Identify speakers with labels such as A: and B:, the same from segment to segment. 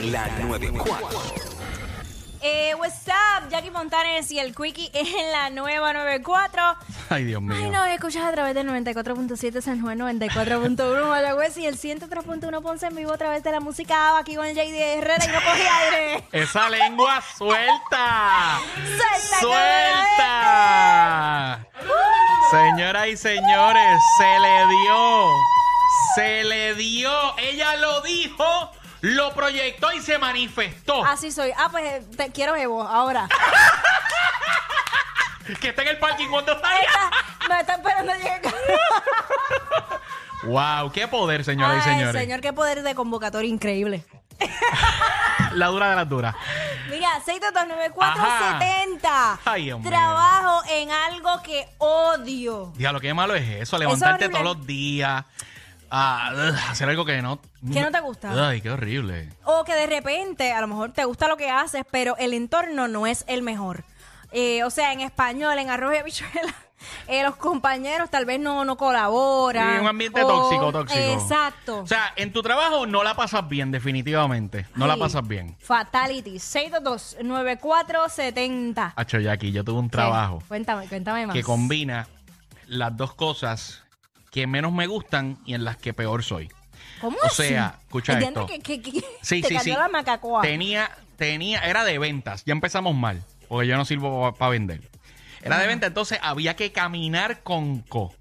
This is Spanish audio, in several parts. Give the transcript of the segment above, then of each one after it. A: La 94.
B: Eh, what's up, Jackie Montanes y el Quickie en la nueva 94.
C: Ay, Dios mío.
B: Ay, nos escuchas a través del 94.7 San Juan, 94.1 Mayagüez y el 103.1 Ponce en vivo a través de la música ABA aquí con el JD Herrera y no cogí aire.
C: Esa lengua suelta.
B: ¡Suelta!
C: Suelta.
B: Uh.
C: Señoras y señores, se le dio. Se le dio. Ella lo dijo, lo proyectó y se manifestó.
B: Así soy. Ah, pues eh, te quiero Evo ahora.
C: Que está en el parking cuando salga.
B: Está- Me está esperando llegar.
C: Wow, qué poder, señoras y
B: Ay,
C: señores.
B: señor, qué poder de convocatoria increíble.
C: La dura de las duras.
B: Mira, 6229470.
C: Ay, Dios mío.
B: Trabajo en algo que odio.
C: Diablo, qué malo es eso, levantarte
B: horrible.
C: todos los días, a, ugh, hacer algo que no...
B: Que no te gusta.
C: Ay, qué horrible.
B: O que de repente, a lo mejor te gusta lo que haces, pero el entorno no es el mejor. Eh, o sea, en español, en arroz y habichuela, eh, los compañeros tal vez no, no colaboran.
C: Y un ambiente
B: O-
C: tóxico, tóxico.
B: Exacto.
C: O sea, en tu trabajo no la pasas bien, definitivamente. No la
B: Ay,
C: pasas bien.
B: Fatality, 6229470.
C: Hacho, Jackie, yo tuve un Ah, trabajo
B: Sí, Cuéntame, cuéntame más.
C: que combina las dos cosas que menos me gustan y en las que peor soy.
B: ¿Cómo
C: o sea,
B: así?
C: escucha
B: Entiendo
C: esto.
B: Que, que- que
C: Sí,
B: te
C: sí,
B: cayó
C: sí.
B: la macacoa.
C: Tenía, tenía, era de ventas. Ya empezamos mal, porque yo no sirvo para vender. Era de venta, entonces había que caminar con co.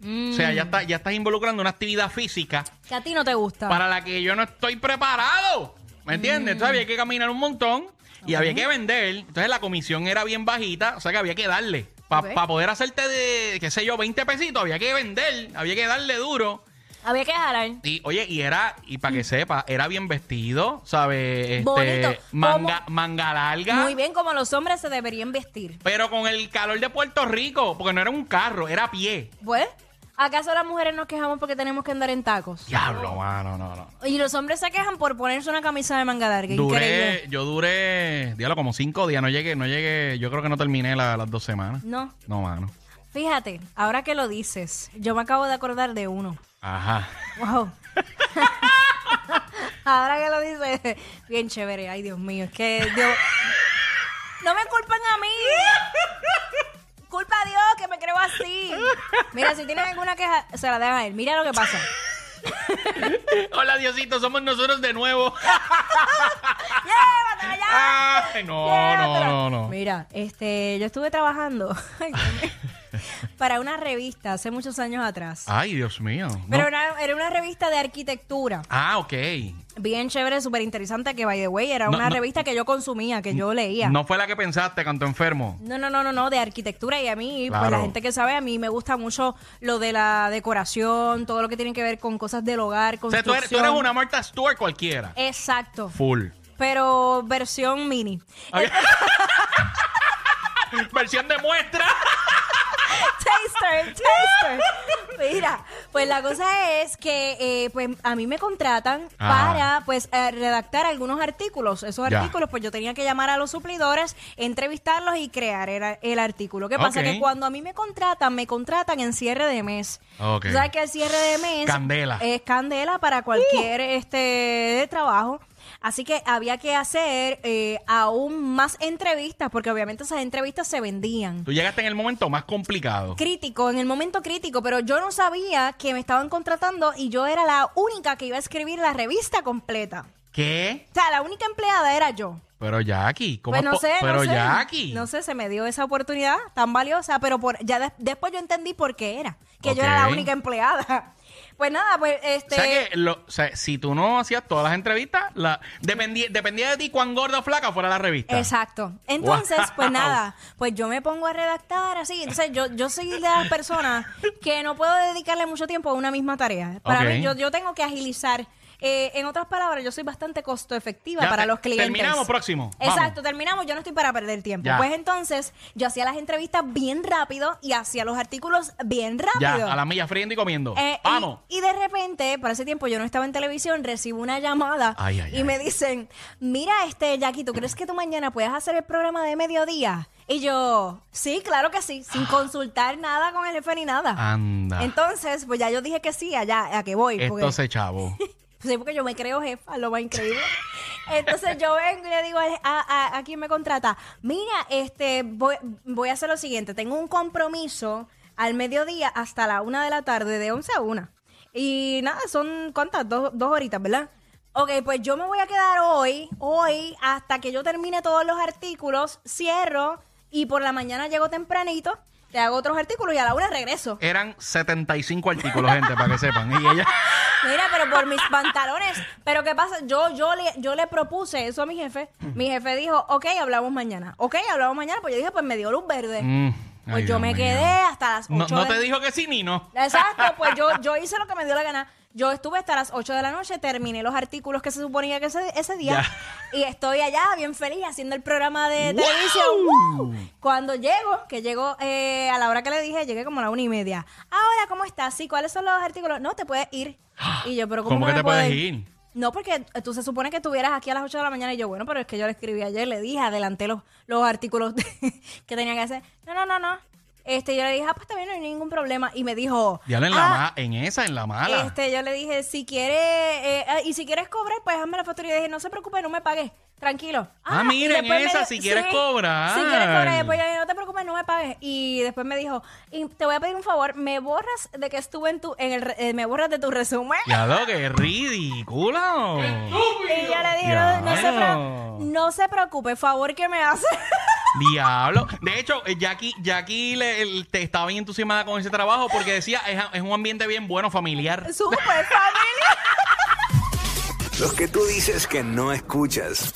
C: O sea, ya, está, ya estás involucrando una actividad física
B: Mm, Que a ti no te gusta.
C: para la que yo no estoy preparado. ¿Me entiendes? Entonces había que caminar un montón y había que vender. Entonces la comisión era bien bajita, o sea que había que darle. Para
B: Ok.
C: poder hacerte de, qué sé yo, 20 pesitos, había que vender, había que darle duro.
B: Había que jalar.
C: Y, oye, y era, y para que sepa, era bien vestido, ¿sabes? Este,
B: Mm. Bonito.
C: Manga, manga larga.
B: Muy bien, como los hombres se deberían vestir.
C: Pero con el calor de Puerto Rico, porque no era un carro, era a pie.
B: Pues, ¿acaso las mujeres nos quejamos porque tenemos que andar en tacos?
C: Diablo, mano, no, no.
B: Y los hombres se quejan por ponerse una camisa de manga larga. Increíble.
C: Duré, yo duré, diablo, como cinco días, no llegué, no llegué, yo creo que no terminé la- las dos semanas.
B: No.
C: No, mano.
B: Fíjate, ahora que lo dices, yo me acabo de acordar de uno.
C: Ajá.
B: Wow. ahora que lo dices, bien chévere. Ay, Dios mío, es que Dios- No me culpan a mí. Culpa a Dios que me creo así. Mira, si tienen alguna queja, se la dejan a él. Mira lo que pasa.
C: Hola, Diosito, somos nosotros de nuevo.
B: ¡Llévatela ya!
C: Ay, no,
B: Llévatela.
C: no, no, no.
B: Mira, este, yo estuve trabajando ay, Dios mío, para una revista hace muchos años atrás.
C: Ay, Dios mío. Ah, No.
B: Pero era, era una revista de arquitectura.
C: Ah, ok.
B: Bien chévere, súper interesante, que by the way, era
C: No,
B: una
C: no.
B: revista que yo consumía, que yo leía.
C: No fue la que pensaste, canto enfermo.
B: No, no, no, no, no, de arquitectura y a mí, pues
C: Claro.
B: la gente que sabe, a mí me gusta mucho lo de la decoración, todo lo que tiene que ver con cosas del hogar,
C: O sea, tú
B: construcción. Eh.
C: eres, tú eres una Martha Stewart cualquiera.
B: Exacto,
C: Full.
B: pero versión mini.
C: Versión de muestra.
B: Taster, taster. Mira, pues la cosa es que eh, pues a mí me contratan
C: Ah.
B: para pues eh, redactar algunos artículos. Esos
C: Ya.
B: artículos pues yo tenía que llamar a los suplidores, entrevistarlos y crear el, el artículo. ¿Qué pasa?
C: Ok.
B: Que cuando a mí me contratan, me contratan en cierre de mes.
C: Ok.
B: O sea que el cierre de mes
C: Candela.
B: es candela para cualquier este trabajo. Así que había que hacer eh, aún más entrevistas, porque obviamente esas entrevistas se vendían
C: Tú llegaste en el momento más complicado.
B: crítico, en el momento crítico, pero yo no sabía que me estaban contratando y yo era la única que iba a escribir la revista completa.
C: ¿Qué?
B: O sea, la única empleada era yo.
C: Pero Jackie, ¿cómo
B: Pues
C: es
B: no
C: po-
B: sé,
C: Pero
B: no sé,
C: Jackie.
B: No sé, se me dio esa oportunidad tan valiosa, pero por, ya de- después yo entendí por qué era, que yo era la
C: Ok.
B: única empleada. Pues nada, pues
C: O
B: este...
C: sea que lo- o sea, si tú no hacías todas las entrevistas, la, dependía, dependía de ti cuán gorda o flaca fuera la revista.
B: Exacto. Entonces,
C: Wow.
B: pues nada, pues yo me pongo a redactar así. Entonces, yo, yo soy de las personas que no puedo dedicarle mucho tiempo a una misma tarea. Para
C: Ok.
B: mí, yo, yo tengo que agilizar. Eh, en otras palabras, yo soy bastante costo efectiva
C: Ya
B: para
C: te-
B: los clientes.
C: terminamos, próximo. Vamos.
B: Exacto, terminamos. Yo no estoy para perder tiempo.
C: Ya.
B: Pues entonces, yo hacía las entrevistas bien rápido y hacía los artículos bien rápido.
C: Ya, a la milla friendo y comiendo.
B: Eh, y-
C: Vamos.
B: Y, de repente, para ese tiempo yo no estaba en televisión, recibo una llamada
C: Ay, ay,
B: y
C: ay.
B: me dicen, mira, este, Jackie, ¿tú crees que tú mañana puedes hacer el programa de mediodía? Y yo, sí, claro que sí, sin consultar nada con el jefe ni nada.
C: Ah. Anda.
B: Entonces, pues ya yo dije que sí, allá, a que voy. porque-
C: Esto se chavo.
B: Sí, porque yo me creo jefa, lo más increíble. Entonces yo vengo y le digo a, a- a quien me contrata, mira, este, voy, voy a hacer lo siguiente, tengo un compromiso al mediodía hasta la una de la tarde, de 11 a una. Y nada, son cuántas, dos, dos horitas, ¿verdad? Ok, pues yo me voy a quedar hoy, hoy, hasta que yo termine todos los artículos, cierro y por la mañana llego tempranito, te hago otros artículos y a la una regreso.
C: Eran 75 artículos, gente, para que sepan. Y ella.
B: Mira, pero por mis pantalones. Pero ¿qué pasa? Yo, yo, le, yo le propuse eso a mi jefe. Mi jefe dijo, ok, hablamos mañana. Ok, hablamos mañana. Pues yo dije, pues me dio luz verde.
C: Mm,
B: pues
C: ay,
B: yo
C: Dios
B: me
C: mío.
B: quedé hasta las 8
C: No, no
B: de
C: te dijo que sí ni no.
B: Exacto, pues yo, yo hice lo que me dio la gana. Yo estuve hasta las 8 de la noche, terminé los artículos que se suponía que ese, ese día y estoy allá bien feliz haciendo el programa de
C: ¡Wow!
B: televisión. ¡Wow! Cuando llego, que llego eh, a la hora que le dije, llegué como a la una y media. Ahora, ¿cómo estás? Sí, ¿cuáles son los artículos? No, te puedes ir. Y yo, pero ¿cómo,
C: ¿Cómo
B: que
C: que
B: me
C: te
B: puedo
C: puedes ir?
B: No, porque tú se supone que estuvieras aquí a las 8 de la mañana y yo, bueno, pero es que yo le escribí ayer, le dije, adelanté los, los artículos que tenía que hacer. No, no, no, no. Este, yo le dije, ah, pues también no hay ningún problema. Y me dijo,
C: Diablo, en, la
B: "Ah,
C: ma- en esa, en la mala.
B: este, yo le dije, si quieres, eh, ah, y si quieres cobrar, pues hazme la factura. Y dije, no se preocupe, no me pagues. Tranquilo.
C: Ah,
B: y
C: miren
B: después me
C: esa,
B: di-
C: si quieres cobrar.
B: Si quieres cobrar, y después yo le dije, no te preocupes, no me pagues. Y después me dijo, y te voy a pedir un favor, me borras de que estuve en tu, en el, re- eh, me borras de tu resumen.
C: Diablo, qué ridículo.
B: Y yo le dije, no,
C: Ya.
B: no se, pre- no se preocupe, favor que me hace.
C: Diablo. De hecho, eh, Jackie, Jackie le- el- te estaba bien entusiasmada con ese trabajo porque decía, es, es un ambiente bien bueno, familiar.
B: Súper familia.
A: Los que tú dices que no escuchas.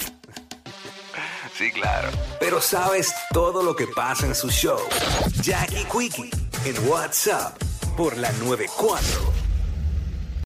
A: Sí, claro. Pero sabes todo lo que pasa en su show. Jackie Quickie en WhatsApp por la 94.